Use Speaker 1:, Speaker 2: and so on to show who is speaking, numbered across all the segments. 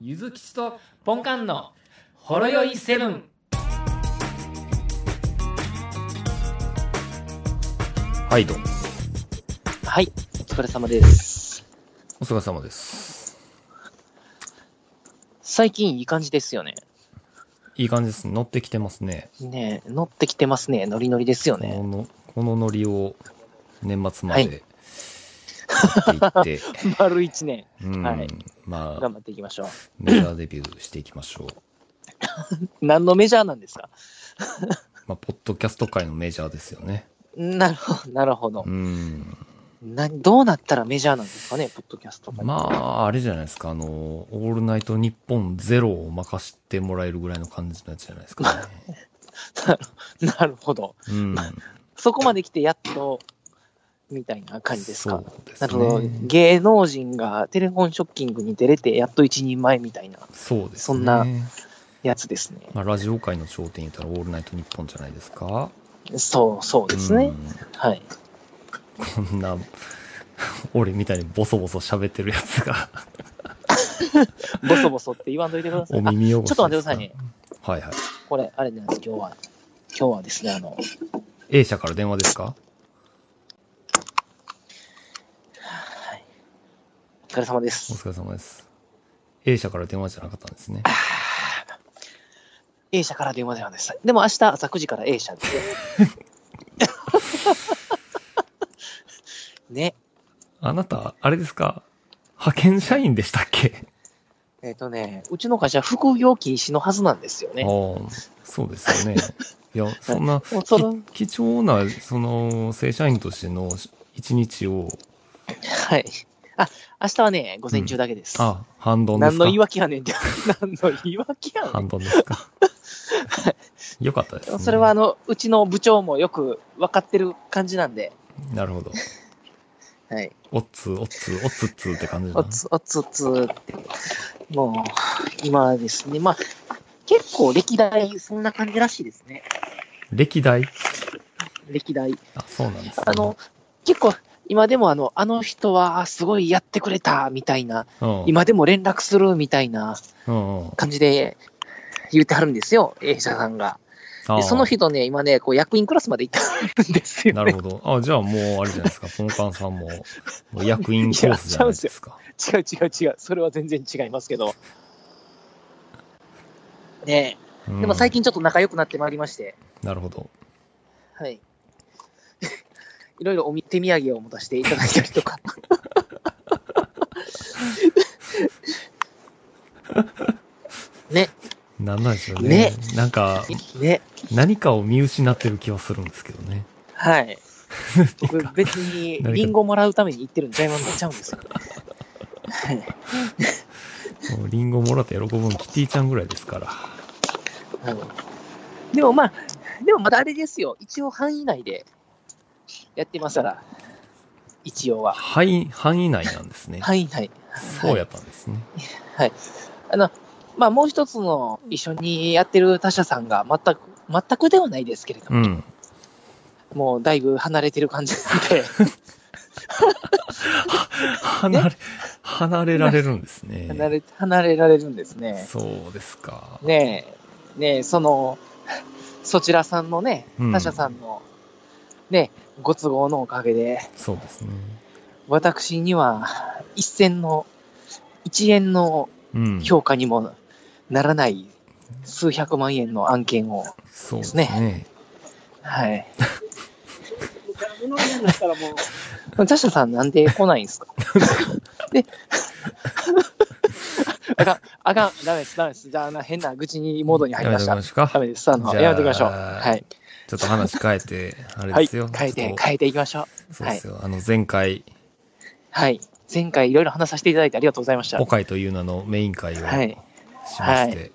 Speaker 1: ゆずきちとポンカンのほろよいセブン。
Speaker 2: はい、どうも。
Speaker 3: はい、お疲れ様です。
Speaker 2: お疲れ様です。
Speaker 3: 最近いい感じですよね。
Speaker 2: いい感じです。乗ってきてますね。
Speaker 3: ねえ乗ってきてますね。ノリノリですよね。
Speaker 2: この、このノリを年末までやっていって、
Speaker 3: 丸一年、
Speaker 2: うん、
Speaker 3: はい
Speaker 2: まあ
Speaker 3: 頑、張っていきましょう。
Speaker 2: メジャーデビューしていきましょう。
Speaker 3: 何のメジャーなんですか
Speaker 2: まあ、ポッドキャスト界のメジャーですよね。
Speaker 3: なるほど、なるほど
Speaker 2: う。ん。
Speaker 3: などうなったらメジャーなんですかね、ポッドキャストが
Speaker 2: まあ、あれじゃないですか。あの、オールナイト日本ゼロを任してもらえるぐらいの感じのやつじゃないですか、ね。
Speaker 3: なるほど。
Speaker 2: うん。
Speaker 3: そ こまで来てやっと、みたいな感じです
Speaker 2: そ
Speaker 3: か。
Speaker 2: うです
Speaker 3: なるほど
Speaker 2: ね。。
Speaker 3: 芸能人がテレフォンショッキングに出れて、やっと一人前みたいな
Speaker 2: そうですね。
Speaker 3: そんなやつですね。
Speaker 2: まあ、ラジオ界の頂点言ったらオールナイト日本じゃないですか。
Speaker 3: そう、そうですね。
Speaker 2: ん
Speaker 3: はい。
Speaker 2: こんな、 俺みたいにボソボソ喋ってるやつが、
Speaker 3: ボソボソって言わんといてくださ
Speaker 2: お
Speaker 3: い。あ
Speaker 2: 耳汚し
Speaker 3: ちょっと待ってくださいね。
Speaker 2: はいはい。
Speaker 3: これ、あれなんです、今日は。今日はですね、あの、
Speaker 2: A 社から電話ですか
Speaker 3: はい。お疲れ様で
Speaker 2: お
Speaker 3: す。
Speaker 2: 疲れ様です。A 社から電話じゃなかったんですね。
Speaker 3: A 社から電話ではです。でも明日朝9時から A 社ですよ。ね。
Speaker 2: あなた、あれですか派遣社員でしたっけ
Speaker 3: えっ、とね、うちの会社、副業禁止のはずなんですよ
Speaker 2: ああ
Speaker 3: ね。、
Speaker 2: そうですよね。い や、そんな、
Speaker 3: もうその、
Speaker 2: き貴重な、その、正社員としての一日を、
Speaker 3: はい。あ、明日はね、午前中だけです。
Speaker 2: あ、反論です
Speaker 3: 何
Speaker 2: か
Speaker 3: の言い訳やねんって。何の言い訳やねん。
Speaker 2: 反論ですかよかったです、ね。
Speaker 3: それは、あ、の、うちの部長もよく分かってる感じなんで、
Speaker 2: なるほど。
Speaker 3: はい。
Speaker 2: おっつ、おっつ、おっつっつって感じだ
Speaker 3: お
Speaker 2: な
Speaker 3: つおつおつって、もう、今ですね、まあ、結構歴代、そんな感じらしいですね。
Speaker 2: 歴代
Speaker 3: 歴代。
Speaker 2: あ、そうなんです、ね、
Speaker 3: あの、、結構、今でもあの、あの人は、あすごいやってくれた、みたいな、
Speaker 2: うん、
Speaker 3: 今でも連絡する、みたいな
Speaker 2: うんうん、
Speaker 3: 感じで言ってはるんですよ、A 社さんが。
Speaker 2: あー
Speaker 3: でその人ね、今ね、こう、役員クラスまで行ったんですよ、ね。
Speaker 2: なるほど。あじゃあもう、あれじゃないですか。ポンカンさんも、もう役員コースじゃないですか。
Speaker 3: 違う違う違う、それは全然違いますけど。ねえ、でも最近ちょっと仲良くなってまいりまして。
Speaker 2: うん。なるほど。
Speaker 3: はい。 いろいろおみ手土産を持たせていただいたりとか。ね、
Speaker 2: なんなんでしょうね。
Speaker 3: ね
Speaker 2: なんか、
Speaker 3: ね、
Speaker 2: 何かを見失ってる気はするんですけどね。
Speaker 3: はい。僕、別にリンゴもらうために行ってるんで、邪魔になっちゃうんですよ。
Speaker 2: もうリンゴもらって喜ぶのキティちゃんぐらいですから。
Speaker 3: うんでもまあ、でもまだあれですよ。一応範囲内でやってますから。一応は。
Speaker 2: 範囲、範囲内なんですね。
Speaker 3: 範囲内。
Speaker 2: そうやったんですね。
Speaker 3: はい。あの、まあ、もう一つの一緒にやってる他社さんが全く、全くではないですけれど
Speaker 2: う
Speaker 3: も、
Speaker 2: ん。
Speaker 3: もうだいぶ離れてる感じな んで、
Speaker 2: 離れ、離れられるんですね。
Speaker 3: 離れ、離れられるんですね。
Speaker 2: そうですか。
Speaker 3: ねえ、ねえ、その、そちらさんのね、
Speaker 2: うん
Speaker 3: 他社さんの、ね、ご都合のおかげで、
Speaker 2: そうですね。
Speaker 3: 私には一銭の、一円の
Speaker 2: うん。
Speaker 3: 評価にもならない数百万円の案件を、
Speaker 2: そうです
Speaker 3: です
Speaker 2: ね。
Speaker 3: はい。他社さんなんで来ない んですかで、あかん、あかん、ダメです、ダメです。じゃあ、あの変な愚痴にモードに入りまし
Speaker 2: や
Speaker 3: た
Speaker 2: めとき。ますか
Speaker 3: ダメです。あの
Speaker 2: じゃあ
Speaker 3: やめておきましょう。はい。
Speaker 2: ちょっと話変えて、あれ
Speaker 3: は
Speaker 2: で
Speaker 3: い。
Speaker 2: すよ。
Speaker 3: 変え
Speaker 2: ち
Speaker 3: て
Speaker 2: ょっ、と
Speaker 3: 変えていきましょう。
Speaker 2: そうですよ。あの、前回、
Speaker 3: はい。前回いろいろ話させていただいてありがとうございました。
Speaker 2: オカイという名のメイン会をしま
Speaker 3: はい。
Speaker 2: して、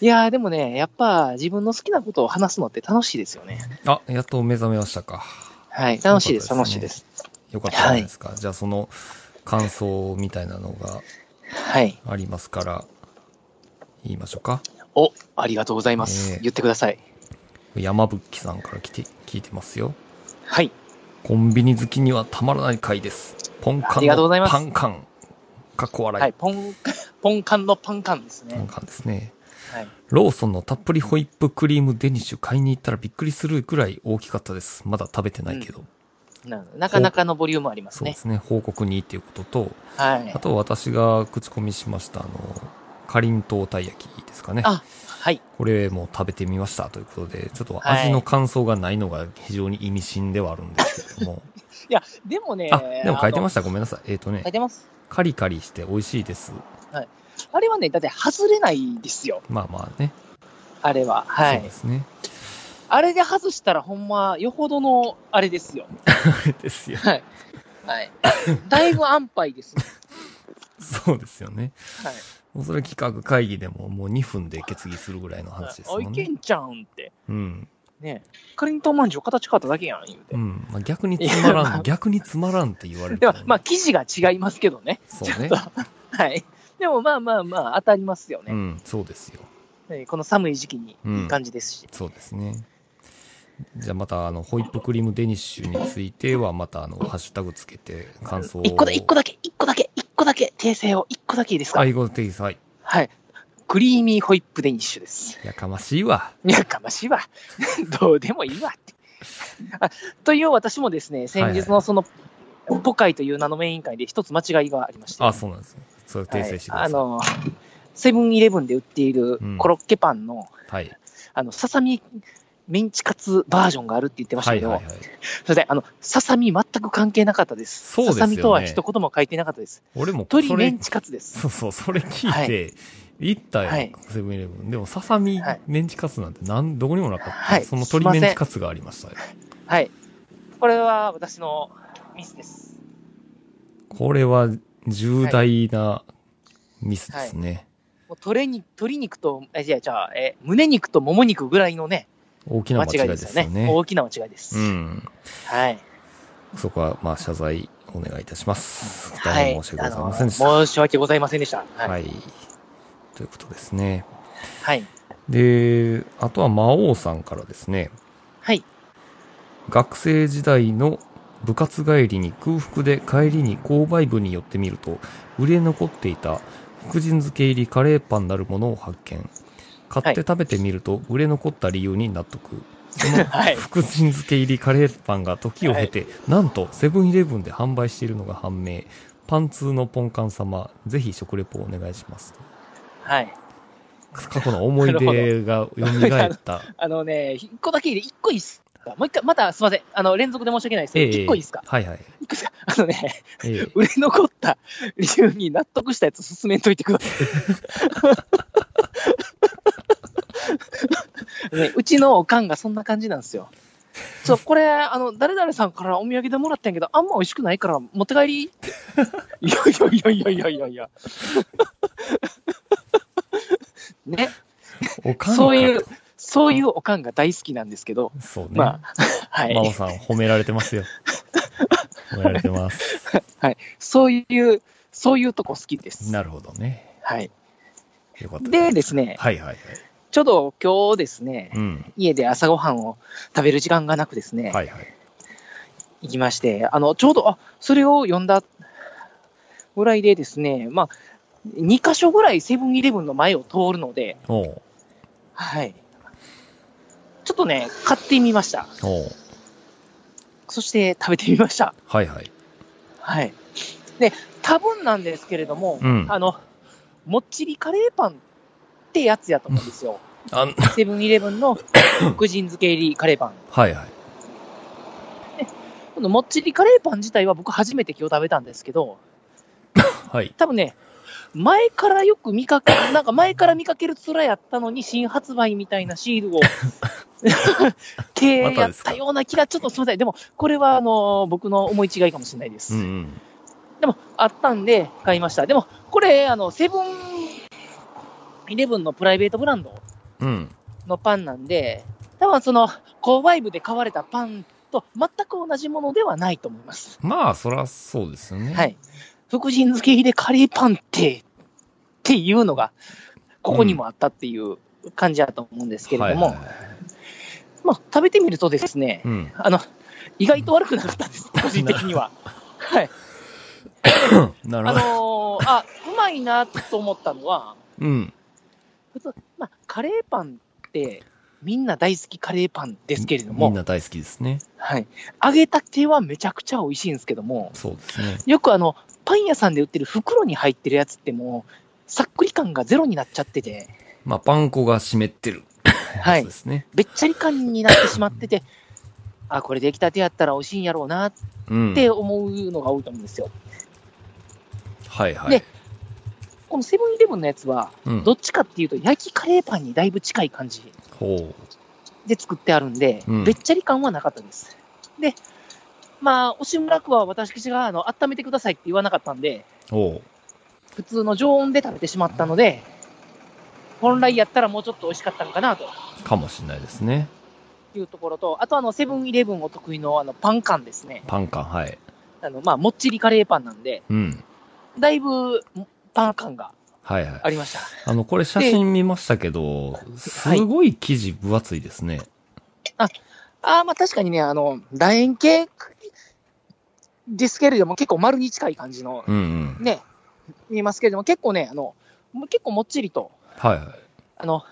Speaker 3: いやー、でもね、やっぱ自分の好きなことを話すのって楽しいですよね。
Speaker 2: あ、やっと目覚めましたか。
Speaker 3: はい。楽しいです、
Speaker 2: よかっ
Speaker 3: 楽
Speaker 2: た
Speaker 3: しい
Speaker 2: で
Speaker 3: です。
Speaker 2: よかったじゃないですか。じゃあ、その感想みたいなのが
Speaker 3: はい。
Speaker 2: ありますから、言いましょうか。
Speaker 3: お、ありがとうございます。
Speaker 2: ねえ
Speaker 3: 言ってください。
Speaker 2: 山吹さんから来て、聞いてますよ。
Speaker 3: はい。
Speaker 2: コンビニ好きにはたまらない回です。ポンカ
Speaker 3: あ
Speaker 2: ン
Speaker 3: りがとうござい
Speaker 2: の
Speaker 3: ます
Speaker 2: パンカン。かっこ笑い。
Speaker 3: はい。ポン、 ポンカンのパンカンです
Speaker 2: なん
Speaker 3: ね。
Speaker 2: かですね。
Speaker 3: はい。
Speaker 2: ローソンのたっぷりホイップクリームデニッシュ買いに行ったらびっくりするくらい大きかったです。まだ食べてないけど。
Speaker 3: なるほどなかなかのボリュームあります
Speaker 2: そうで
Speaker 3: ね。
Speaker 2: すね。報告にっていうことと、
Speaker 3: はい
Speaker 2: あ。と私が口コミしました、あの、かりんとうたい焼きですかね。
Speaker 3: あはい。
Speaker 2: これも食べてみましたということで、ちょっと
Speaker 3: はい
Speaker 2: 味の感想がないのが非常に意味深ではあるんですけど も。
Speaker 3: いや、でもね、
Speaker 2: あ、でも書いてま
Speaker 3: し
Speaker 2: した。ごめんなさい。えっ、とね
Speaker 3: 書い、てます。
Speaker 2: カリカリして美味しいです。
Speaker 3: あれはね、だって外れないですよ。
Speaker 2: まあまあね。
Speaker 3: あれは。は
Speaker 2: そう
Speaker 3: い
Speaker 2: で。すね。
Speaker 3: あれで外したらほんま、よほどの、あれですよ。
Speaker 2: ですよ。
Speaker 3: はい。はい。 だいぶ安牌ですね。
Speaker 2: そうですよね。
Speaker 3: はい。
Speaker 2: もうそれ企画会議でももう2分で決議するぐらいの話ですも
Speaker 3: おい
Speaker 2: ん
Speaker 3: け
Speaker 2: ね。
Speaker 3: んちゃうんって。
Speaker 2: うん。
Speaker 3: ねかりんとうまんじゅう形変わっただけやん、言うて。
Speaker 2: うん。まあ、逆につま
Speaker 3: いやま
Speaker 2: ら
Speaker 3: あ
Speaker 2: ん、逆につまらんって言われる
Speaker 3: で
Speaker 2: と
Speaker 3: は
Speaker 2: ね、
Speaker 3: まあ、生地が違いますけどね。
Speaker 2: そうね
Speaker 3: ちょ。っと。はい。でも、まあまあまあ、当たりますよ
Speaker 2: う
Speaker 3: ね。
Speaker 2: ん、そうですよ。
Speaker 3: ねこの寒い時期に
Speaker 2: うん
Speaker 3: いい感じですし。
Speaker 2: そうですね。じゃあまた、あの、ホイップクリームデニッシュについては、また、あの、ハッシュタグつけて、感想を。
Speaker 3: 一個だ、一個だけ、一個だけ、一個だけ、訂正を、一個だけいいですか
Speaker 2: あ、いごていさい。
Speaker 3: はい。クリーミーホイップデニッシュです。
Speaker 2: やかましいわ。
Speaker 3: やかましいわ。 どうでもいいわって。あという私もですね、先日のその、ポカイという名のメイン会で一つ間違いがありまして、
Speaker 2: あ、そうなんですね。それを訂正してく
Speaker 3: はい
Speaker 2: だ
Speaker 3: あ
Speaker 2: さい。はい。
Speaker 3: の、セブンイレブンで売っている
Speaker 2: うん
Speaker 3: コロッケパンの、あの、ささみメンチカツバージョンがあるって言ってました
Speaker 2: は
Speaker 3: け
Speaker 2: い
Speaker 3: ど、
Speaker 2: はいはい。
Speaker 3: それで、あの、ささみ全く関係なかったです。
Speaker 2: そうですよね
Speaker 3: ささみとは一言も書いてなかったです。
Speaker 2: 俺も、
Speaker 3: 鶏
Speaker 2: そ
Speaker 3: メ
Speaker 2: れ
Speaker 3: ン、チカツです。
Speaker 2: そうそう、それ聞いて、行ったよ、
Speaker 3: はい
Speaker 2: セブンイレブン。でも、ささみ
Speaker 3: はい
Speaker 2: メンチカツなんて、なん、どこにもなかった。
Speaker 3: はい
Speaker 2: その鶏メンチカツがありましたよ。
Speaker 3: はい。これは私のミスです。
Speaker 2: これは、重大なミスですね。
Speaker 3: もうトレに鶏肉と、え、じゃあ、じゃあ、え、胸肉ともも肉ぐらいのね、
Speaker 2: 大きな
Speaker 3: 間
Speaker 2: 間違
Speaker 3: 違
Speaker 2: い
Speaker 3: い
Speaker 2: で
Speaker 3: ですす
Speaker 2: よ
Speaker 3: よ
Speaker 2: ね
Speaker 3: ね。。大きな間違いです。
Speaker 2: うん。
Speaker 3: はい。
Speaker 2: そこは、まあ、謝罪お願いいたします。
Speaker 3: は
Speaker 2: 大
Speaker 3: い。
Speaker 2: 変申し訳ございませんでした。
Speaker 3: あの申し訳ございませんでした。は。
Speaker 2: はいい。ということですね。
Speaker 3: はい。
Speaker 2: で、あとは魔王さんからですね、
Speaker 3: はい。
Speaker 2: 学生時代の部活帰りに空腹で帰りに購買部に寄ってみると、売れ残っていた福神漬け入りカレーパンなるものを発見。買って食べてみると、売れ残った理由に納得。 その
Speaker 3: はい。
Speaker 2: 福神漬け入りカレーパンが時を経て、なんとセブンイレブンで販売しているのが判明。パンツーのポンカン様、ぜひ食レポをお願いします。
Speaker 3: はい。
Speaker 2: 過去の思い出が蘇った。
Speaker 3: あのね、一個だけいい、一個いいっすか。もう一回、またすみません。あの、連続で申し訳ないですけど、一個いいっすか。
Speaker 2: はいはい。
Speaker 3: 一個いいっすか。あのね、
Speaker 2: ええ
Speaker 3: 売れ残った理由に納得したやつ進めんといてくださ い。ね、うちのおかんがそんな感じなんですよ。そう、これ、あの、誰々さんからお土産でもらったんやけど、あんま美味しくないから持って帰りって。いやいやいやいやいやいや いや。ね、
Speaker 2: おかんか
Speaker 3: そういう、そういうおかんが大好きなんですけど、
Speaker 2: そうね。
Speaker 3: まあ、はい。
Speaker 2: 真央さん褒められてます よ。褒められてます。
Speaker 3: そういう、そういうとこ好きです。
Speaker 2: なるほどね。
Speaker 3: はい。
Speaker 2: よかった
Speaker 3: でですね、
Speaker 2: はいはいはい。
Speaker 3: ちょうど今日ですね
Speaker 2: う、ん。
Speaker 3: 家で朝ごはんを食べる時間がなくですね、
Speaker 2: はいはい。
Speaker 3: 行きまして、あの、ちょうど、あ、それを読んだぐらいでですね、まあ、2箇所ぐらいセブンイレブンの前を通るので、
Speaker 2: おう
Speaker 3: はい。ちょっとね、買ってみました。
Speaker 2: おう
Speaker 3: そして食べてみました。
Speaker 2: はいはい。
Speaker 3: はい。で、多分なんですけれども、
Speaker 2: うん
Speaker 3: あの、もっちりカレーパンってやつやと思うんです よ。
Speaker 2: あん、
Speaker 3: セブンイレブ ンの福神漬け入りカレーパン。
Speaker 2: はいはい。
Speaker 3: このもっちりカレーパン自体は僕初めて今日食べたんですけど、
Speaker 2: はい。
Speaker 3: 多分ね、前からよく見かけ、 なんか前から見かける面やったのに新発売みたいな シールを、系
Speaker 2: また
Speaker 3: や
Speaker 2: で
Speaker 3: っ
Speaker 2: すか
Speaker 3: たような気が、ちょっとすみません。でも、これはあのー僕の思い違いかもしれないです。
Speaker 2: うんうん。
Speaker 3: でも、あったんで買いました。でも、これ、あの、セブンイレブンのプライベートブランド
Speaker 2: うん。
Speaker 3: のパンなんで、多分その、購買部で買われたパンと全く同じものではないと思います。
Speaker 2: まあ、そらそうですよね。
Speaker 3: はい。福神漬け入りでカレーパンって、っていうのが、ここにもあったっていう感じだと思うんですけれども、
Speaker 2: はいはいはい
Speaker 3: まあ、食べてみるとですね、
Speaker 2: うん。
Speaker 3: あの、意外と悪くな かったんです、個人的には。はい。
Speaker 2: なる
Speaker 3: あ
Speaker 2: ほど。
Speaker 3: のーあ、うままいなと思ったのは、
Speaker 2: うん。
Speaker 3: 普通、まあ、カレーパンって、みんな大好きカレーパンですけれど
Speaker 2: みん
Speaker 3: も、
Speaker 2: な大好きですね。
Speaker 3: はい。揚げたてはめちゃくちゃ美味しいんですけども、
Speaker 2: そうですね。
Speaker 3: よくあの、パン屋さんで売ってる袋に入ってるやつってもう、さっくり感がゼロになっちゃってて、
Speaker 2: まあ、パン粉が湿ってる。
Speaker 3: は
Speaker 2: そう
Speaker 3: い
Speaker 2: で。すね。
Speaker 3: べっちゃり感になってしまって て、あ、これ出来たてやったら美味しいんやろうなっ
Speaker 2: うん。
Speaker 3: て思うのが多いと思うんですよ。
Speaker 2: はいはい
Speaker 3: で。このセブンイレブンのやつは、
Speaker 2: うん
Speaker 3: ど。っちかっていうと焼きカレーパンにだいぶ近い感じ
Speaker 2: ほ
Speaker 3: で作ってあるんで、
Speaker 2: うん
Speaker 3: べっちゃり感はなかったです。で、まあ、押村区は私があの温めてくださいって言わなかったんで、
Speaker 2: う。ほ
Speaker 3: 普通の常温で食べてしまったので、本来やったらもうちょっと美味しかったのかなと
Speaker 2: う。かもしれないですね。
Speaker 3: いうところと、あとあのセブンイレブンお得意のあのパン缶ですね。
Speaker 2: パン感、はい。
Speaker 3: あのまあ、もっちりカレーパンなんで、
Speaker 2: うん。
Speaker 3: だいぶパン感が
Speaker 2: はいはい。
Speaker 3: ありました。
Speaker 2: あの、これ写真見ましたけど、すごい生地分厚いですね。
Speaker 3: ああ、まあ確かにね、あの、楕円形ですけれども、結構丸に近い感じの、
Speaker 2: うんうん。
Speaker 3: ね、見えますけれども、結構ね、あの、もう結構もっちりと、
Speaker 2: はいはい。
Speaker 3: あの、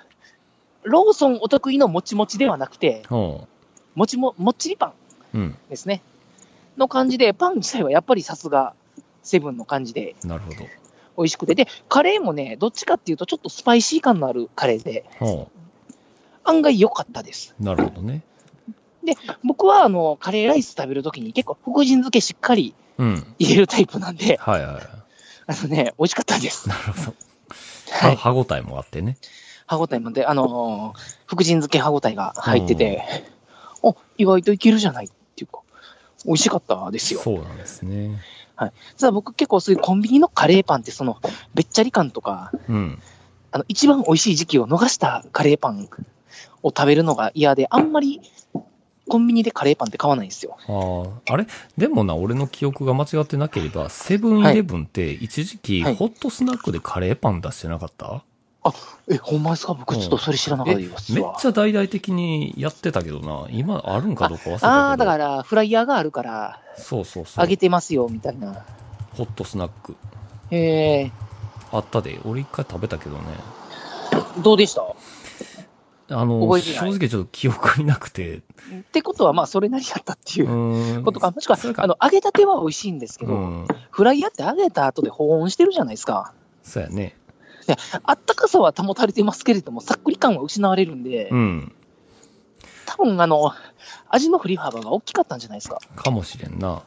Speaker 3: ローソンお得意のもちもちではなくて、
Speaker 2: ほ
Speaker 3: もちも、もっちりパン
Speaker 2: う。うん。
Speaker 3: ですね。の感じで、パン自体はやっぱりさすが、セブンの感じで
Speaker 2: なるほど。
Speaker 3: 美味しくて。で、カレーもね、どっちかっていうと、ちょっとスパイシー感のあるカレーで、
Speaker 2: ほ
Speaker 3: 案外良かったです。
Speaker 2: う。なるほどね。
Speaker 3: 僕は、あの、カレーライス食べるときに結構、福神漬けしっかり
Speaker 2: うん。
Speaker 3: 入れるタイプなんで、
Speaker 2: はいはい。
Speaker 3: あのね、美味しかったです。
Speaker 2: なるほど。
Speaker 3: はい。
Speaker 2: 歯応えもあってね。
Speaker 3: 歯応えもで、あのー福神漬け歯応えが入ってて、お、意外といけるじゃないっていうか、美味しかったですよ。
Speaker 2: そうなんですね。
Speaker 3: ただ僕結構そういうコンビニのカレーパンって、その、べっちゃり感とか、
Speaker 2: うん。
Speaker 3: あの、一番美味しい時期を逃したカレーパンを食べるのが嫌で、あんまり、コンビニでカレーパンって買わないんですよ。
Speaker 2: ああ、あれでもな、俺の記憶が間違ってなければ、セブンイレブンって一時期、
Speaker 3: はい
Speaker 2: ホットスナックでカレーパン出してなかった、
Speaker 3: え、ほんまですか僕ちょっとそれ知らなかったです
Speaker 2: めっ
Speaker 3: わ。
Speaker 2: ちゃ大々的にやってたけどな、今あるんかどうか忘れたけど。
Speaker 3: ああー、だから、フライヤーがあるから、
Speaker 2: そうそうそう。
Speaker 3: あげてますよ、みたいな。
Speaker 2: ホットスナック。
Speaker 3: へえ、
Speaker 2: あったで。俺一回食べたけどね。
Speaker 3: どうでした
Speaker 2: あの、
Speaker 3: 覚えて
Speaker 2: 正
Speaker 3: ない
Speaker 2: 直ちょっと記憶になく て。
Speaker 3: ってことは、まあ、それなりやったっていうう
Speaker 2: ーん。
Speaker 3: ことか、もしくは
Speaker 2: それ、か
Speaker 3: あの、揚げたては美味しいんですけ
Speaker 2: う
Speaker 3: ど、
Speaker 2: ん。
Speaker 3: フライヤーって揚げた後で保温してるじゃないですか。
Speaker 2: そうやね。
Speaker 3: あったかさは保たれてますけれども、さっくり感は失われるんで、
Speaker 2: うん。
Speaker 3: 多分、あの、味の振り幅が大きかったんじゃないですか。
Speaker 2: かもしれんな。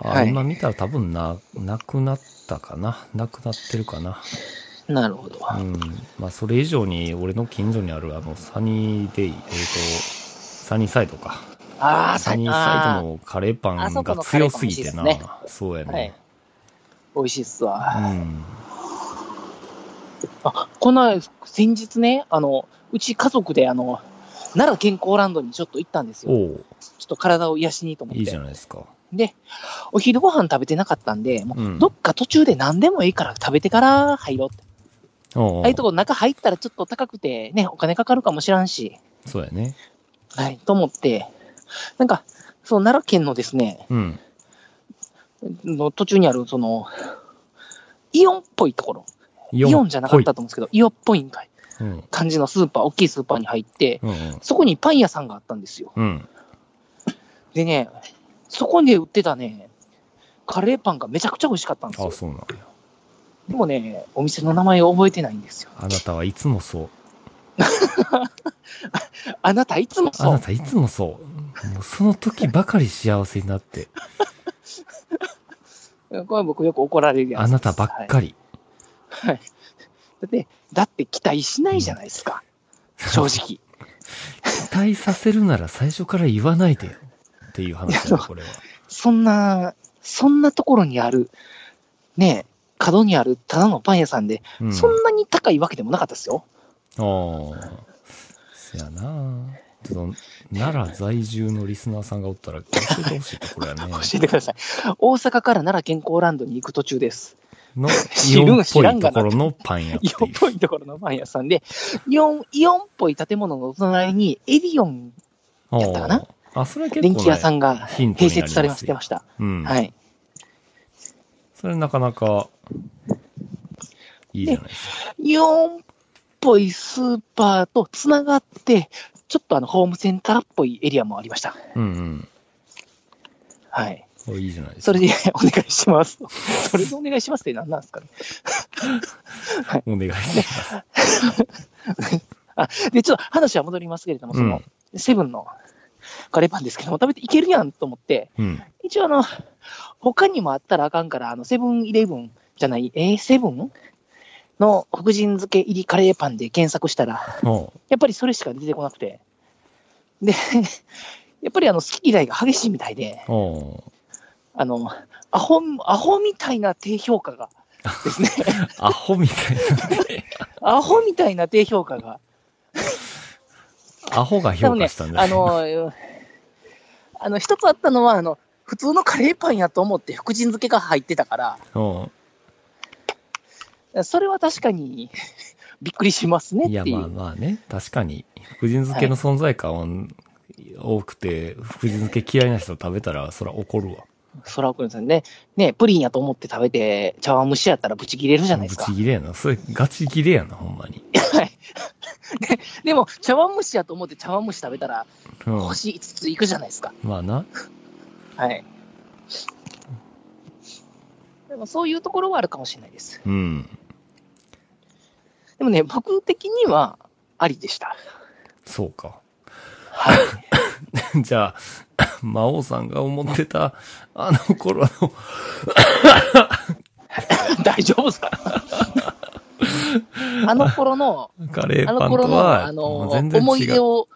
Speaker 2: あ、
Speaker 3: はい
Speaker 2: 今見たら多分な、なくなったかな。なくなってるかな。
Speaker 3: なるほど。
Speaker 2: うん。まあ、それ以上に、俺の近所にある、あの、サニーデイ、えっ、と、サニーサイドか。
Speaker 3: ああ、
Speaker 2: サ
Speaker 3: さ
Speaker 2: ニーサイドのカレーパンが強すぎてな。
Speaker 3: あそこのカレーパン美味しいですね
Speaker 2: そうやね。
Speaker 3: はい美味しいっすわ。
Speaker 2: うん。
Speaker 3: あ、この、先日ね、あの、うち家族で、あの、奈良健康ランドにちょっと行ったんですよ。
Speaker 2: おう
Speaker 3: ちょっと体を癒しにと思って。
Speaker 2: いいじゃないですか。
Speaker 3: で、お昼ご飯食べてなかったんで、もう
Speaker 2: うん
Speaker 3: どっか途中で何でもいいから食べてから入ろうって。
Speaker 2: おうおう
Speaker 3: ああいうとこ中入ったらちょっと高くて、ね、お金かかるかもしらんし、
Speaker 2: そうやね。
Speaker 3: はい、と思って、なんか、そう、奈良県のですね、
Speaker 2: うん。
Speaker 3: の途中にある、その、イオンっぽいところ、イ
Speaker 2: イ
Speaker 3: オンじゃなかったと思うんですけど、イオンっぽいんかい
Speaker 2: うん。
Speaker 3: 感じのスーパー、大きいスーパーに入って、
Speaker 2: うんうん。
Speaker 3: そこにパン屋さんがあったんですよ。
Speaker 2: うん。
Speaker 3: でね、そこで売ってたね、カレーパンがめちゃくちゃ美味しかったんです
Speaker 2: あ、
Speaker 3: よ。
Speaker 2: そうなんや。
Speaker 3: でもね、お店の名前を覚えてないんですよ。
Speaker 2: あなたはいつもそう。
Speaker 3: あなたいつも
Speaker 2: あ
Speaker 3: そ
Speaker 2: な
Speaker 3: う。
Speaker 2: たいつもそう。もうその時ばかり幸せになって、
Speaker 3: これ僕よく怒られるやつ
Speaker 2: あ
Speaker 3: です。
Speaker 2: なたばっかり。
Speaker 3: はい。はいだって、だって期待しないじゃないですか。正直。
Speaker 2: 期待させるなら最初から言わないでよ。っていう話だよ、これは。
Speaker 3: そんな、そんなところにある、ねえ、角にあるただのパン屋さんで、
Speaker 2: うん。
Speaker 3: そんなに高いわけでもなかったですよ。
Speaker 2: ああ。そやなちょっと、奈良在住のリスナーさんがおったら教えてほしいところや ね
Speaker 3: 教。えてください。大阪から奈良健康ランドに行く途中です。
Speaker 2: の、イ
Speaker 3: 知
Speaker 2: オ
Speaker 3: る
Speaker 2: ン
Speaker 3: ん
Speaker 2: っ
Speaker 3: 知
Speaker 2: ぽ
Speaker 3: ら
Speaker 2: い
Speaker 3: ん
Speaker 2: と
Speaker 3: がな
Speaker 2: ころのパン屋ってい
Speaker 3: イオンっぽいところのパン屋さんで、イオン、イオンっぽい建物の隣に、エディオン
Speaker 2: う。
Speaker 3: やったかな
Speaker 2: ああ、それは結構、
Speaker 3: 電
Speaker 2: ね、
Speaker 3: 気屋さんが
Speaker 2: ヒントになります
Speaker 3: 併
Speaker 2: よ
Speaker 3: 設されましてました。
Speaker 2: うん。
Speaker 3: はい。
Speaker 2: それなかなか、いいじゃないですか。
Speaker 3: 日本っぽいスーパーとつながって、ちょっとあのホームセンターっぽいエリアもありました。
Speaker 2: うんうん。
Speaker 3: はい。
Speaker 2: これいいじゃないです
Speaker 3: そ
Speaker 2: か
Speaker 3: れ。で お願いします。それでお願いしますって何なんですかね。
Speaker 2: お願いします。
Speaker 3: で、ちょっと話は戻りますけれども、
Speaker 2: う
Speaker 3: その
Speaker 2: ん、。
Speaker 3: セブンのカレーパンですけども、食べていけるやんと思って、
Speaker 2: うん。
Speaker 3: 一応あの、他にもあったらあかんから、あの、セブンイレブンじゃない、えー、セブンの福神漬け入りカレーパンで検索したら、
Speaker 2: おう
Speaker 3: やっぱりそれしか出てこなくて。で、 やっぱりあの好き嫌いが激しいみたいで、
Speaker 2: おう
Speaker 3: あの、アホ、アホみたいな低評価がですね、
Speaker 2: アホみたい
Speaker 3: アホみたいな低評価が、
Speaker 2: な。アホが評価したんじゃな
Speaker 3: あ
Speaker 2: い
Speaker 3: の、 あの、一つあったのは、あの、普通のカレーパンやと思って福神漬けが入ってたか
Speaker 2: お
Speaker 3: ら、それは確かに びっくりします
Speaker 2: う
Speaker 3: ね
Speaker 2: い
Speaker 3: っ
Speaker 2: や、
Speaker 3: てい
Speaker 2: まあ
Speaker 3: う。
Speaker 2: まあね。確かに、福神漬けの存在感は多くて、福神漬け嫌いな人食べたら、そら怒るわ。
Speaker 3: そらくんさんね、ね、プリンやと思って食べて、茶碗蒸しやったらブチ切れるじゃないで
Speaker 2: ぶ
Speaker 3: すか
Speaker 2: ち。切れやな。それ、ガチ切れやな、ほんまに。
Speaker 3: でも、茶碗蒸しやと思って茶碗蒸し食べたら、
Speaker 2: うん。
Speaker 3: 星5ついくじゃないですか。
Speaker 2: まあな。
Speaker 3: はい。でもそういうところはあるかもしれないです。
Speaker 2: うん。
Speaker 3: でもね、僕的にはありでした。
Speaker 2: そうか。
Speaker 3: はい。
Speaker 2: じゃあ、 魔王さんが思ってた、あの頃の、
Speaker 3: 大丈夫で すかあの頃の、
Speaker 2: カレー
Speaker 3: あの
Speaker 2: パンと
Speaker 3: 頃の、
Speaker 2: は、も
Speaker 3: あの
Speaker 2: う全、然違う。
Speaker 3: 思い出を、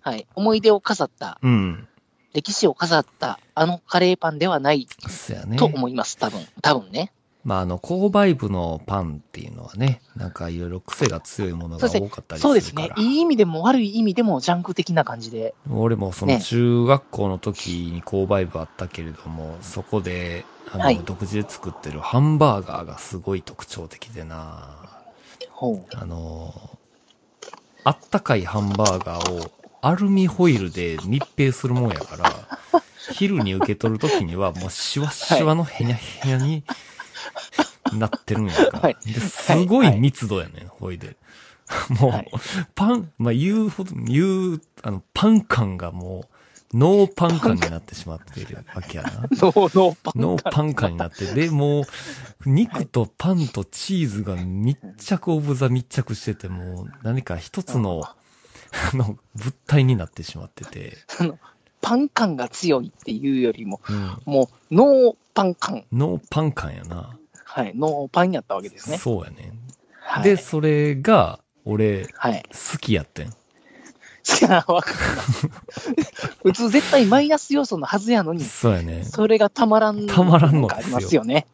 Speaker 3: はい、思い出を飾った、
Speaker 2: うん。
Speaker 3: 歴史を飾った、あのカレーパンではない
Speaker 2: そやね
Speaker 3: と。思います、多分。多分ね。
Speaker 2: まあ、あの、購買部のパンっていうのはね、なんかいろいろ癖が強いものが多かったりす
Speaker 3: そうです
Speaker 2: る
Speaker 3: ね
Speaker 2: か。ら。
Speaker 3: いい意味でも悪い意味でもジャンク的な感じで。
Speaker 2: 俺もその
Speaker 3: ね
Speaker 2: 中学校の時に購買部あったけれども、そこで、あの、
Speaker 3: はい
Speaker 2: 独自で作ってるハンバーガーがすごい特徴的でな
Speaker 3: ほ う。
Speaker 2: あの、あったかいハンバーガーをアルミホイルで密閉するもんやから、昼に受け取るときにはもうシワシワのヘニャヘニャになってるんやから。
Speaker 3: はい
Speaker 2: で、すごい密度やねん、ほいで。 もう、
Speaker 3: はい
Speaker 2: パン、まあ、言うほど、言う、あの、パン感がもう、ノーパン感になってしまっているわけやな。
Speaker 3: ノーノーパン
Speaker 2: のパンカになって、で、もう、肉とパンとチーズが密着オブザ密着してて、もう何か一つ の、あの、物体になってしまってて、
Speaker 3: パン感が強いっていうよりも、
Speaker 2: うん。
Speaker 3: もう、ノーパン感。
Speaker 2: のパンカンやな。
Speaker 3: はい。ノーパンやったわけですね。
Speaker 2: そうやね。
Speaker 3: はい。
Speaker 2: で、それが、俺、
Speaker 3: はい。
Speaker 2: 好きやってん。
Speaker 3: いや、わかんない。普通絶対マイナス要素のはずやのに、
Speaker 2: そうやね。
Speaker 3: それがたまらん。
Speaker 2: たまらんの
Speaker 3: あ
Speaker 2: で
Speaker 3: り
Speaker 2: す
Speaker 3: ま
Speaker 2: よ。
Speaker 3: すよね。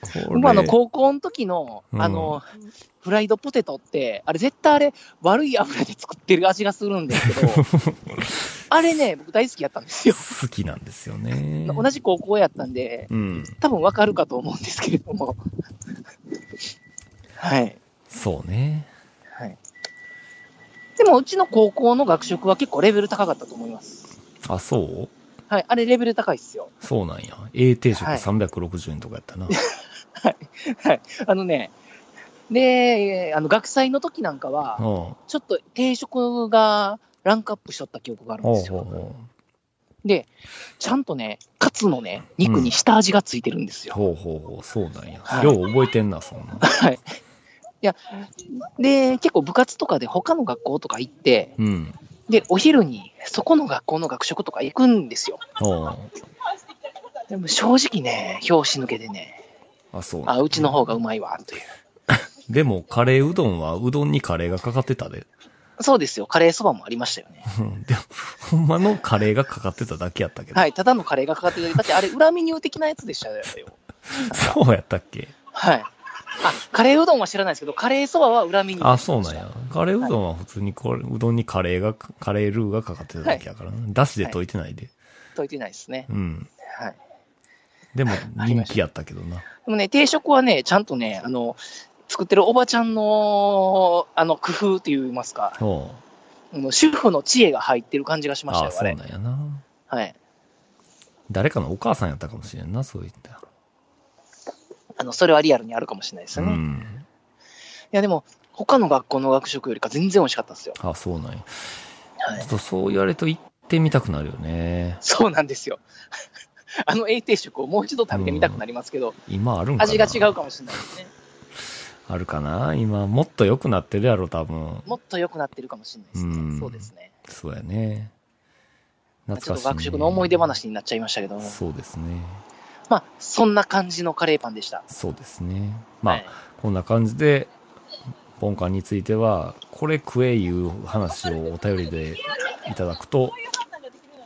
Speaker 2: これ
Speaker 3: 僕あの、高校の時の、
Speaker 2: うん
Speaker 3: あの、フライドポテトって、あれ絶対あれ、悪い油で作ってる味がするんです けど、あれね、僕大好きやったんですよ。
Speaker 2: 好きなんですよね。
Speaker 3: 同じ高校やったんで、
Speaker 2: うん。
Speaker 3: 多分わかるかと思うんですけれども。はい。
Speaker 2: そうね。
Speaker 3: はい。でも、うちの高校の学食は結構レベル高かったと思います。
Speaker 2: あ、そう
Speaker 3: はい。あれ、レベル高いっすよ。
Speaker 2: そうなんや。A 定食
Speaker 3: はい
Speaker 2: 360円とかやったな。
Speaker 3: あのね、で、あの、学祭の時なんか
Speaker 2: うん。
Speaker 3: は、
Speaker 2: ほ
Speaker 3: ちょっと定食がランクアップしとった記憶があ
Speaker 2: う
Speaker 3: るんで
Speaker 2: ほう
Speaker 3: すよ。
Speaker 2: ほう。
Speaker 3: で、ちゃんとね、カツのね、肉に下味がついてるんですよ。
Speaker 2: ほうほうほう、そうなんや。
Speaker 3: はい
Speaker 2: よう覚えてんな、そんな。
Speaker 3: はい。いや、で、結構部活とかで他の学校とか行って、
Speaker 2: うん。
Speaker 3: で、お昼にそこの学校の学食とか行くんですよ。
Speaker 2: おう
Speaker 3: でも正直ね、表紙抜けでね、
Speaker 2: あ、そうなん
Speaker 3: あ、うちの方がうまいわ、という。
Speaker 2: でも、カレーうどんは、うどんにカレーがかかってたで。
Speaker 3: そうですよ。カレーそばもありましたよね。
Speaker 2: うんでも、ほんまのカレーがかかってただけやったけど。
Speaker 3: はい。ただのカレーがかかってる。だってあれ、裏メニュー的なやつでしたよ。
Speaker 2: そうやったっけ
Speaker 3: はい。あ、カレーうどんは知らないですけど、カレーそばは裏メニュー
Speaker 2: あ、
Speaker 3: でした
Speaker 2: そうなんや。カレーうどんは普通にこれ、うどんにカレーが、カレールーがかかってただけやからな。だしで溶いてないで。
Speaker 3: と言ってないですね。
Speaker 2: うん。
Speaker 3: はい。
Speaker 2: でも、人気やったけどな。
Speaker 3: でもね、定食はね、ちゃんとね、あの、作ってるおばちゃんの、あの、工夫と言いますか、
Speaker 2: おう
Speaker 3: あの主婦の知恵が入ってる感じがしました
Speaker 2: あ、
Speaker 3: よ、
Speaker 2: そ
Speaker 3: あ
Speaker 2: うな
Speaker 3: れ。
Speaker 2: んやな。
Speaker 3: はい。
Speaker 2: 誰かのお母さんやったかもしれんな、そういった。
Speaker 3: あの、それはリアルにあるかもしれないです
Speaker 2: う
Speaker 3: よね。
Speaker 2: ん。
Speaker 3: や、でも、他の学校の学食よりか全然美味しかったですよ。
Speaker 2: あ、そうなんや。
Speaker 3: は
Speaker 2: ちょ
Speaker 3: い
Speaker 2: っ。とそう言われると行ってみたくなるよね。
Speaker 3: そうなんですよ。 あの永定食をもう一度食べてみたくなりますけど、
Speaker 2: 今あるんかな
Speaker 3: 味が違うかもしれないですね。
Speaker 2: あるかな今、もっと良くなってるやろ、多分。
Speaker 3: もっと良くなってるかもしれないです
Speaker 2: うん
Speaker 3: ね。そうですね。
Speaker 2: そうやね。
Speaker 3: まあ
Speaker 2: 懐
Speaker 3: ちょ
Speaker 2: かしい、
Speaker 3: っと
Speaker 2: ね。
Speaker 3: 学食の思い出話になっちゃいましたけど、
Speaker 2: そうですね。
Speaker 3: まあ、そんな感じのカレーパンでした。
Speaker 2: そうですね。まあ、
Speaker 3: はい
Speaker 2: こんな感じで、ポンカンについては、これ食えいう話をお便りでいただくと、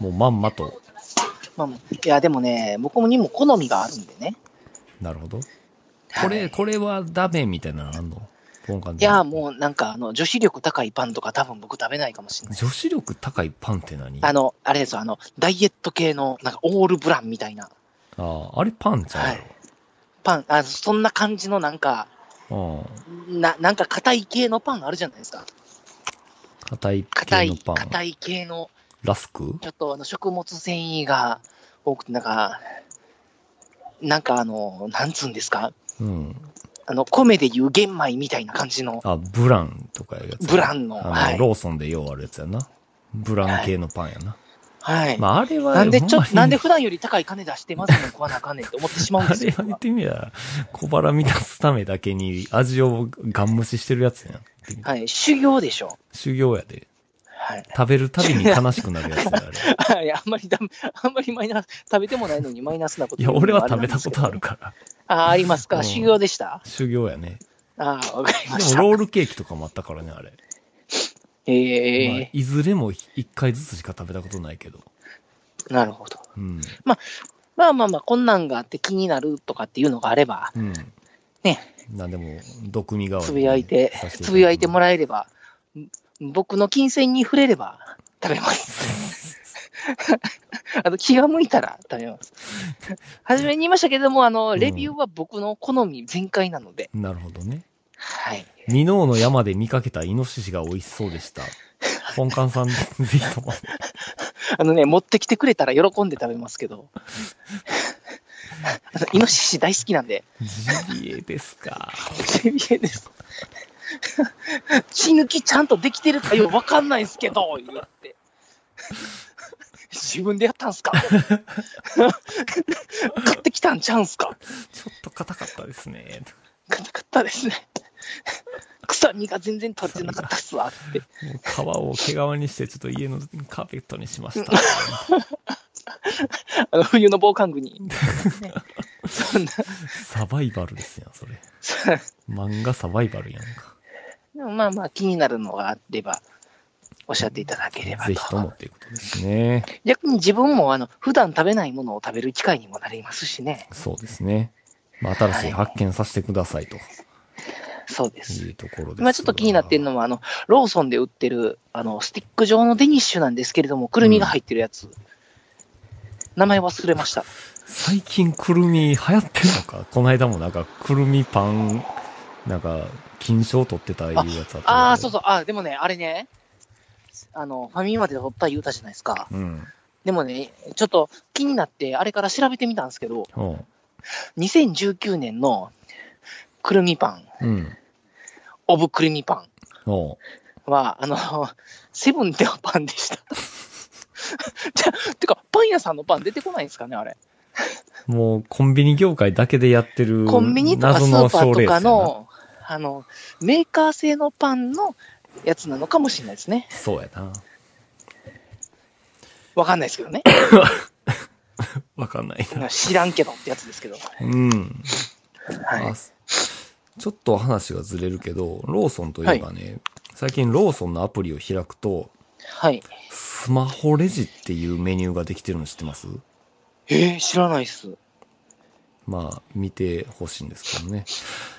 Speaker 2: もうまんまと、
Speaker 3: まあ、いや、でもね、僕にも好みがあるんでね。
Speaker 2: なるほど。こ
Speaker 3: は
Speaker 2: れ、
Speaker 3: い
Speaker 2: これはダメみたいなのあんのポンカン
Speaker 3: いや、
Speaker 2: う。
Speaker 3: もうなんか、あの、女子力高いパンとか多分僕食べないかもしれない。
Speaker 2: 女子力高いパンって何
Speaker 3: あ
Speaker 2: あ
Speaker 3: の、あれですよ、あの、ダイエット系の、なんか、オールブランみたいな、
Speaker 2: あ、あれパンちゃうや
Speaker 3: パン、あそんな感じのなんか、
Speaker 2: ろ。うん。
Speaker 3: な、なんか硬い系のパンあるじゃないですか。
Speaker 2: 硬い
Speaker 3: 硬
Speaker 2: 系の
Speaker 3: い、
Speaker 2: パン。
Speaker 3: 硬い系の、
Speaker 2: ラスク
Speaker 3: ちょっとあの、食物繊維が多くて、なんか、なんかあの、なんつうんですか、
Speaker 2: うん。
Speaker 3: あの、米でいう玄米みたいな感じの、
Speaker 2: あ、ブランとかいうやつ。
Speaker 3: ブランの、
Speaker 2: あの、
Speaker 3: はい。
Speaker 2: ローソンでようあるやつやな。ブラン系のパンやな。
Speaker 3: はい。
Speaker 2: まあ、あれは、
Speaker 3: なんでち
Speaker 2: ほ
Speaker 3: ょっ
Speaker 2: んま
Speaker 3: と、
Speaker 2: に
Speaker 3: なんで普段より高い金出してますの食わなあかんねんって思ってしまうん
Speaker 2: あ
Speaker 3: です
Speaker 2: れ
Speaker 3: よ。
Speaker 2: は言ってみりゃ、小腹満たすためだけに味をガン無視してるやつやん。
Speaker 3: はい。修行でしょ。
Speaker 2: 修行やで。
Speaker 3: はい。
Speaker 2: 食べるたびに悲しくなるやつや、あれ。
Speaker 3: はい、あんまりだ、あんまりマイナス、食べてもないのにマイナスなこと
Speaker 2: い
Speaker 3: 言
Speaker 2: や、
Speaker 3: うのも
Speaker 2: 俺は
Speaker 3: れな
Speaker 2: 食
Speaker 3: ん
Speaker 2: べ
Speaker 3: で
Speaker 2: た
Speaker 3: す
Speaker 2: こ
Speaker 3: けど
Speaker 2: とあるから。
Speaker 3: あー、あります
Speaker 2: うん
Speaker 3: か。修行でした。
Speaker 2: 修行やね。
Speaker 3: ああ、わかりまし
Speaker 2: で
Speaker 3: た
Speaker 2: も、。ロールケーキとかもあったからね、あれ。まあ
Speaker 3: ええ
Speaker 2: いずれも一回ずつしか食べたことないけど。
Speaker 3: なるほど。
Speaker 2: うん。
Speaker 3: まあまあまあ、こんなんがあって気になるとかっていうのがあれば、
Speaker 2: うん。
Speaker 3: ね。
Speaker 2: なんでも、毒味が
Speaker 3: つぶやいて、つぶやいてもらえれば、ん僕の金銭に触れれば食べます。 あと気が向いたら食べます。初めに言いましたけれども、あの、
Speaker 2: ん
Speaker 3: レビューは僕の好み全開なので、
Speaker 2: なるほどね。
Speaker 3: はい。
Speaker 2: ミノーの山で見かけたイノシシが美味しそうで した。ポンカンさん、ぜひとも。
Speaker 3: あのね、持ってきてくれたら喜んで食べますけど、 あのイノシシ大好きなんで、
Speaker 2: ジビエですか。
Speaker 3: ジビエです。 血抜きちゃんとできてるかよ、わかんないですけど、言って。自分でやった んすか買ってきたんちゃうんすか
Speaker 2: ちょっと硬かったですね。
Speaker 3: 買ったかったですね。臭みが全然取れてなかったっすわって。
Speaker 2: もう皮を毛皮にして、ちょっと家のカーペットにしま した。
Speaker 3: あの、冬の防寒具に。そんな。
Speaker 2: サバイバルですやん、それ。漫画サバイバルやんか。
Speaker 3: でもまあまあ気になるのがあれば、おっしゃっていただければ
Speaker 2: ぜひともっていうことですね。
Speaker 3: 逆に自分もあの普段食べないものを食べる機会にもなりますしね。
Speaker 2: そうですね。まあ、新しい発見させてくださいと
Speaker 3: そうです。
Speaker 2: いうところです。
Speaker 3: 今ちょっと気になってるのは、あの、ローソンで売ってる、あの、スティック状のデニッシュなんですけれども、くるみが入ってるやつ。名前忘れました。
Speaker 2: 最近くるみ流行ってんのかこの間もなんかくるみパン、なんか金賞取ってたいうやつあった
Speaker 3: ああ、そう
Speaker 2: そ
Speaker 3: そう、あーでもね、あれね、あの、ファミマでおっぱい言うたじゃないですか。
Speaker 2: う。うん。
Speaker 3: でもね、ちょっと気になって、あれから調べてみたんですけど、
Speaker 2: うん。
Speaker 3: 2019年のくるみパン、
Speaker 2: うん。
Speaker 3: オブくるみパ
Speaker 2: おう
Speaker 3: ンは、あの、 セブンではパンでした。 じゃあ、てか、パン屋さんのパン出てこないんですかね、あれ。
Speaker 2: もうコンビニ業界だけでやってる
Speaker 3: コンビニとかス
Speaker 2: 謎の
Speaker 3: ーパ
Speaker 2: 賞レー
Speaker 3: ー
Speaker 2: ス
Speaker 3: と
Speaker 2: や
Speaker 3: か
Speaker 2: な
Speaker 3: の、あの、メーカー製のパンのやつなのかもしれないですね。
Speaker 2: そうやな。
Speaker 3: わかんないです けどね。
Speaker 2: わかんないな。
Speaker 3: 知らんけどってやつですけど。
Speaker 2: うん。
Speaker 3: はい
Speaker 2: あ。すちょっと話がずれるけど、ローソンといえばね、最近ローソンのアプリを開くと、
Speaker 3: はい。
Speaker 2: スマホレジっていうメニューができてるの知ってます
Speaker 3: えー、知らないっす。
Speaker 2: まあ、見てほしいんですけどね。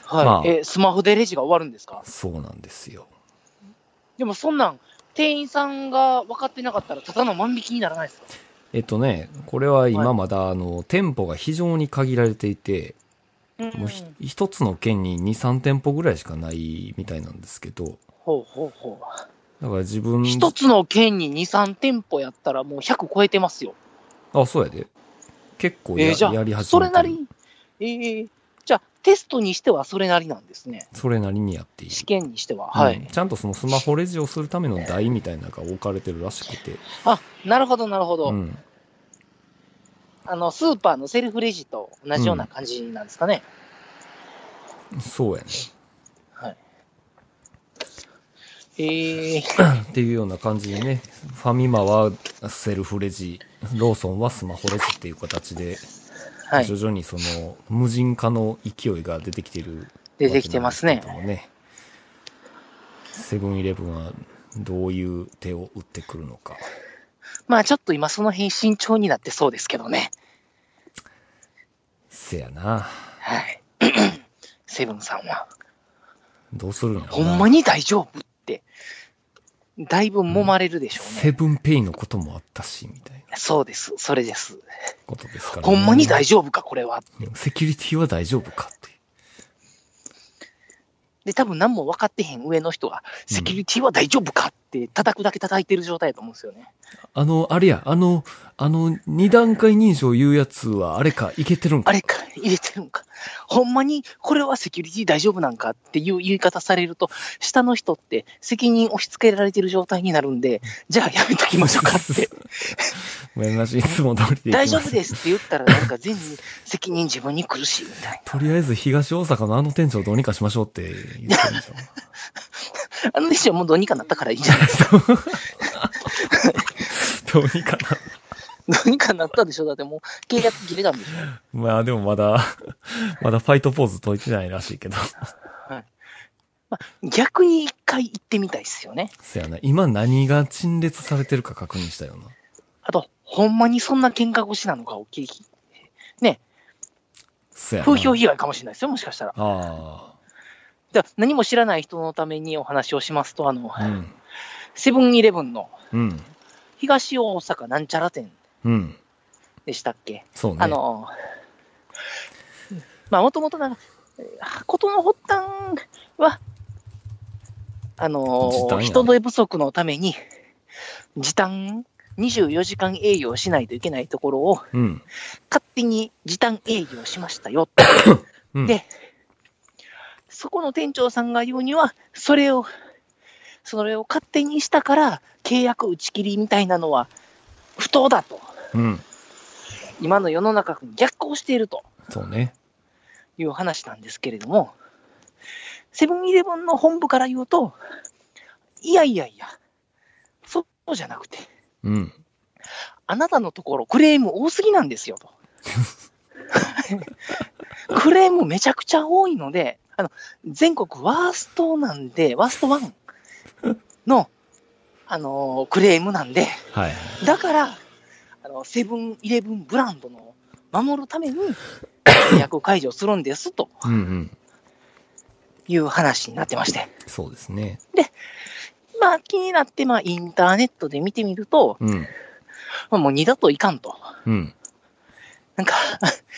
Speaker 3: はい。
Speaker 2: まあ
Speaker 3: えースマホでレジが終わるんですか
Speaker 2: そうなんですよ。
Speaker 3: でもそんなん、店員さんが分かってなかったら、ただの万引きにならないですか
Speaker 2: えっとね、これは今まだ、あの、店舗が非常に限られていて、
Speaker 3: う
Speaker 2: もうひ一つの県に2、3店舗ぐらいしかないみたいなんですけど、
Speaker 3: ほうほうほう。
Speaker 2: だから自分、
Speaker 3: 一つの県に2、3店舗やったら、もう100超えてますよ。
Speaker 2: あ、そうやで。結構や,、
Speaker 3: えー、じゃ
Speaker 2: やり始めて
Speaker 3: あ、
Speaker 2: る
Speaker 3: それなりに、えー、じゃあ、テストにしてはそれなりなんですね。
Speaker 2: それなりにやっている。
Speaker 3: 試験にしては。は
Speaker 2: うん
Speaker 3: い。
Speaker 2: ちゃんとそのスマホレジをするための台みたいなのが置かれてるらしくて。
Speaker 3: あ、なるほど、なるほど。
Speaker 2: うん。
Speaker 3: あの、スーパーのセルフレジと同じような感じなんですかね。
Speaker 2: そうやね。
Speaker 3: ええ
Speaker 2: っていうような感じでね、ファミマはセルフレジ、ローソンはスマホレジっていう形で、
Speaker 3: はい
Speaker 2: 徐。々にその無人化の勢いが出てきてる。
Speaker 3: 出てきてますね。
Speaker 2: ね。セブンイレブンはどういう手を打ってくるのか。
Speaker 3: まあちょっと今その辺慎重になってそうですけどね。
Speaker 2: せやな。
Speaker 3: はい。 セブンさんは。
Speaker 2: どうするんやろ
Speaker 3: ほ
Speaker 2: な。
Speaker 3: んまに大丈夫って。だいぶ揉まれるでしょうね。
Speaker 2: セブンペイのこともあったし、みたいな
Speaker 3: そうです。それです。
Speaker 2: ことですから、
Speaker 3: ほんまに大
Speaker 2: 丈
Speaker 3: 丈夫か、これは。
Speaker 2: 夫。セキュリティは大丈夫かっていう。
Speaker 3: で、多分何も分かってへん上の人は、
Speaker 2: うん
Speaker 3: セキュリティは大丈夫かって叩くだけ叩いてる状態だと思うんですよね。
Speaker 2: あの、あれや、あの、あの、二段階認証言うやつは、あれか、いけてるんか。
Speaker 3: あれか、入れてるんか。ほんまにこれはセキュリティ大丈夫なんかっていう言い方されると、下の人って責任押し付けられてる状態になるんで、じゃあやめときましょうか って。
Speaker 2: ごめんなさい、いつも通りでいきま
Speaker 3: 大
Speaker 2: す
Speaker 3: 丈夫ですって言ったら、なんか全部責任自分に苦しいみたい
Speaker 2: とりあえず東大阪のあの店長どうにかしましょうって言ってるんじゃ
Speaker 3: な。あの弟子はもうどうにかなったからいいんじゃない ですか。
Speaker 2: ん。どうにかな。
Speaker 3: どうにかなったでしょだってもう契約切れたんでしょ
Speaker 2: まあでもまだ、まだファイトポーズ解いてないらしいけど。
Speaker 3: 逆に一回行ってみたいですよね。
Speaker 2: そやな、今何が陳列されてるか確認したよな。
Speaker 3: あと、ほんまにそんな喧嘩腰なのかを聞き、
Speaker 2: そやな。
Speaker 3: 風評被害かもしれないですよ、もしかしたら。
Speaker 2: あ
Speaker 3: じゃあ何も知らない人のためにお話をしますと、あの、
Speaker 2: あ。うん。
Speaker 3: セブンイレブンの
Speaker 2: うん。
Speaker 3: 東大阪なんちゃら店
Speaker 2: うん。
Speaker 3: でしたっけ
Speaker 2: そうね。
Speaker 3: あの、まあ、もともとなんか、えー事の発端は、あの
Speaker 2: 時短やね
Speaker 3: 人手不足のために、時短24時間営業しないといけないところを、
Speaker 2: うん。
Speaker 3: 勝手に時短営業しましたよ。
Speaker 2: うん。
Speaker 3: でそこの店長さんが言うには、それを、それを勝手にしたから、契約打ち切りみたいなのは不当だと。
Speaker 2: うん。
Speaker 3: 今の世の中に逆行していると。
Speaker 2: そうね。
Speaker 3: いう話なんですけれども、セブンイレブンの本部から言うと、いやいやいや、そうじゃなくて、
Speaker 2: うん。
Speaker 3: あなたのところクレーム多すぎなんですよと。 クレームめちゃくちゃ多いので、あの全国ワーストなんで、ワースト1の、あのークレームなんで、
Speaker 2: はいはい。
Speaker 3: だから、あのセブンイレブンブランドの守るた めに、契約解除するんですと。
Speaker 2: うんうん。
Speaker 3: いう話になってまして。
Speaker 2: そうですね。
Speaker 3: まあ気になって、まあインターネットで見てみると、
Speaker 2: うん。
Speaker 3: まあ、もう二度といかんと。
Speaker 2: うん。
Speaker 3: なんか、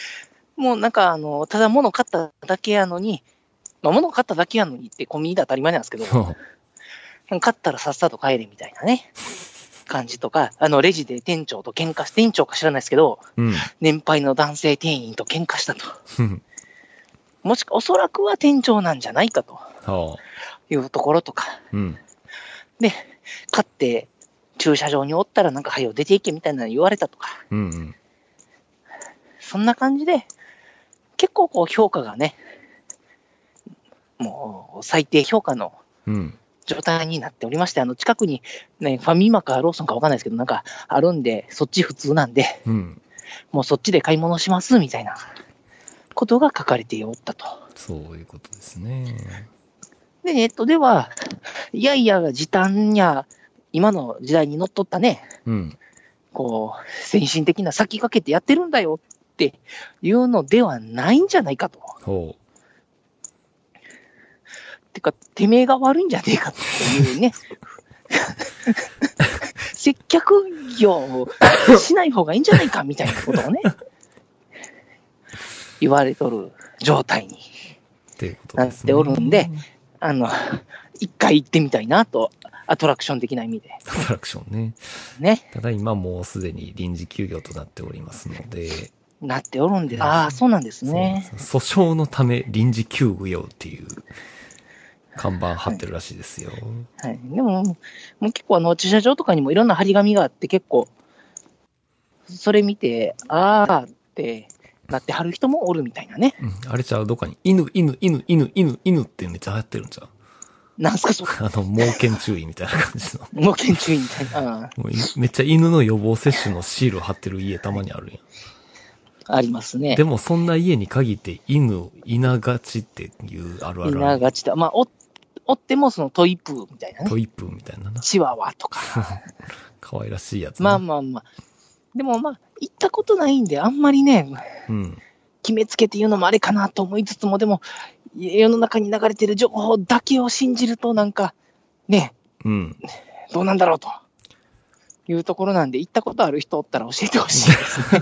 Speaker 3: もうなんかあの、ただ物買っただけやのに、まあ物買っただけやのにってコンビニで当たり前なんですけど、
Speaker 2: そう。
Speaker 3: 買ったらさっさと帰れみたいなね、感じとか、あの、レジで店長と喧嘩し、店長か知らないですけど、
Speaker 2: うん。
Speaker 3: 年配の男性店員と喧嘩したと。
Speaker 2: うん
Speaker 3: もしくはおそらくは店長なんじゃないかと
Speaker 2: はあ。
Speaker 3: いうところとか、
Speaker 2: うん。
Speaker 3: で、買って駐車場におったらなんか、はよ出ていけみたいなの言われたとか、
Speaker 2: うんうん。
Speaker 3: そんな感じで、結構こう評価がね、もう最低評価の
Speaker 2: うん。
Speaker 3: 状態になっておりまして、あの近くに、ね、ファミマかローソンかわかんないですけど、なんかあるんで、そっち普通なんで、
Speaker 2: うん。
Speaker 3: もうそっちで買い物しますみたいなことが書かれておったと。
Speaker 2: そういうことですね。
Speaker 3: で、ネットでは、いやいや、時短や、今の時代にのっとったね、
Speaker 2: うん。
Speaker 3: こう、先進的な先駆けてやってるんだよっていうのではないんじゃないかと。
Speaker 2: ほ
Speaker 3: てか、てめえが悪いんじゃねえかっていうね。接客業をしない方がいいんじゃないかみたいなことをね、言われとる状態に、
Speaker 2: う。っていうことですね。
Speaker 3: なっておるんで。あの、一回行ってみたいなと、アトラクション的な意味で。
Speaker 2: アトラクションね。
Speaker 3: ね。
Speaker 2: ただ今もうすでに臨時休業となっておりますので、
Speaker 3: なっておるんで、ああ、そうなんですね。
Speaker 2: そう訴訟のため臨時休具用っていう看板貼ってるらしいですよ。
Speaker 3: はい、でも、もう結構あの、駐車場とかにもいろんな張り紙があって、結構、それ見て、ああってなってはる人もおるみたいなね。
Speaker 2: うん、あれちゃうどっかに、犬、犬、犬、犬、犬、犬ってめっちゃ流行ってるんちゃう
Speaker 3: なんすか、それ。
Speaker 2: あの、猛犬注意みたいな感じの。
Speaker 3: 無研注意みたい な。うん
Speaker 2: もういめっちゃ犬の予防接種のシール貼ってる家たまにあるやん。
Speaker 3: ありますね
Speaker 2: で。もそんな家に限って犬、いながちっていうあるあ
Speaker 3: みん
Speaker 2: る
Speaker 3: な
Speaker 2: ある。
Speaker 3: がちだ。まあ、おおってもそのトイプーみたいなね。
Speaker 2: トイプーみたいなな。
Speaker 3: チワワとか。
Speaker 2: 可愛らしいやつ、ね。
Speaker 3: まあまあまあ。でもまあ、行ったことないんで、あんまりね、
Speaker 2: うん。
Speaker 3: 決めつけて言うのもあれかなと思いつつも、でも、世の中に流れてる情報だけを信じると、なんか、ね、
Speaker 2: うん。
Speaker 3: どうなんだろうと。いうところなんで、行ったことある人おったら教えてほしいですね。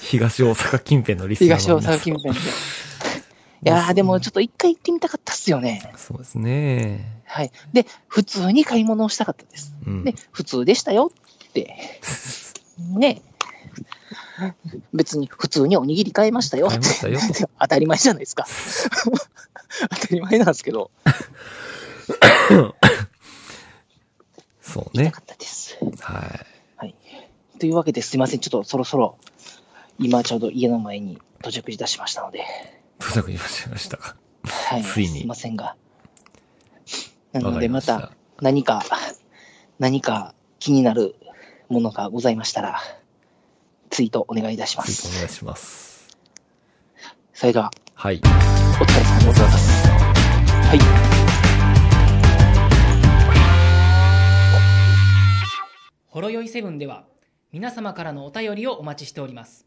Speaker 2: 東大阪近辺のリスナー
Speaker 3: 東
Speaker 2: の皆さん
Speaker 3: 大阪近辺で。いやー、でもちょっと一回行ってみたかったっすよね。
Speaker 2: そうですね。
Speaker 3: はい。で、普通に買い物をしたかったです。
Speaker 2: うん。
Speaker 3: で、普通でしたよって。ね。別に普通におにぎり買いましたよっ
Speaker 2: 買いましたよ
Speaker 3: て。 当たり前じゃないですか。当たり前なんですけど、
Speaker 2: そう
Speaker 3: な
Speaker 2: ね
Speaker 3: か。ったです。
Speaker 2: はい。
Speaker 3: というわけですいません。ちょっとそろそろ、今ちょうど家の前に到着いたしましたので、
Speaker 2: 到着いたしました。 わ
Speaker 3: はい。
Speaker 2: ついに
Speaker 3: すいませんが。なの
Speaker 2: か
Speaker 3: で
Speaker 2: り
Speaker 3: ま
Speaker 2: ました。
Speaker 3: た何か、何か気になるものがございましたら、ツイートお願いいたしま
Speaker 2: ついてお
Speaker 3: す。
Speaker 2: 願いします。
Speaker 3: それでは、
Speaker 2: はい。
Speaker 3: お疲れ様でございます。はい。
Speaker 1: ほろよいセブンでは皆様からのお便りをお待ちしております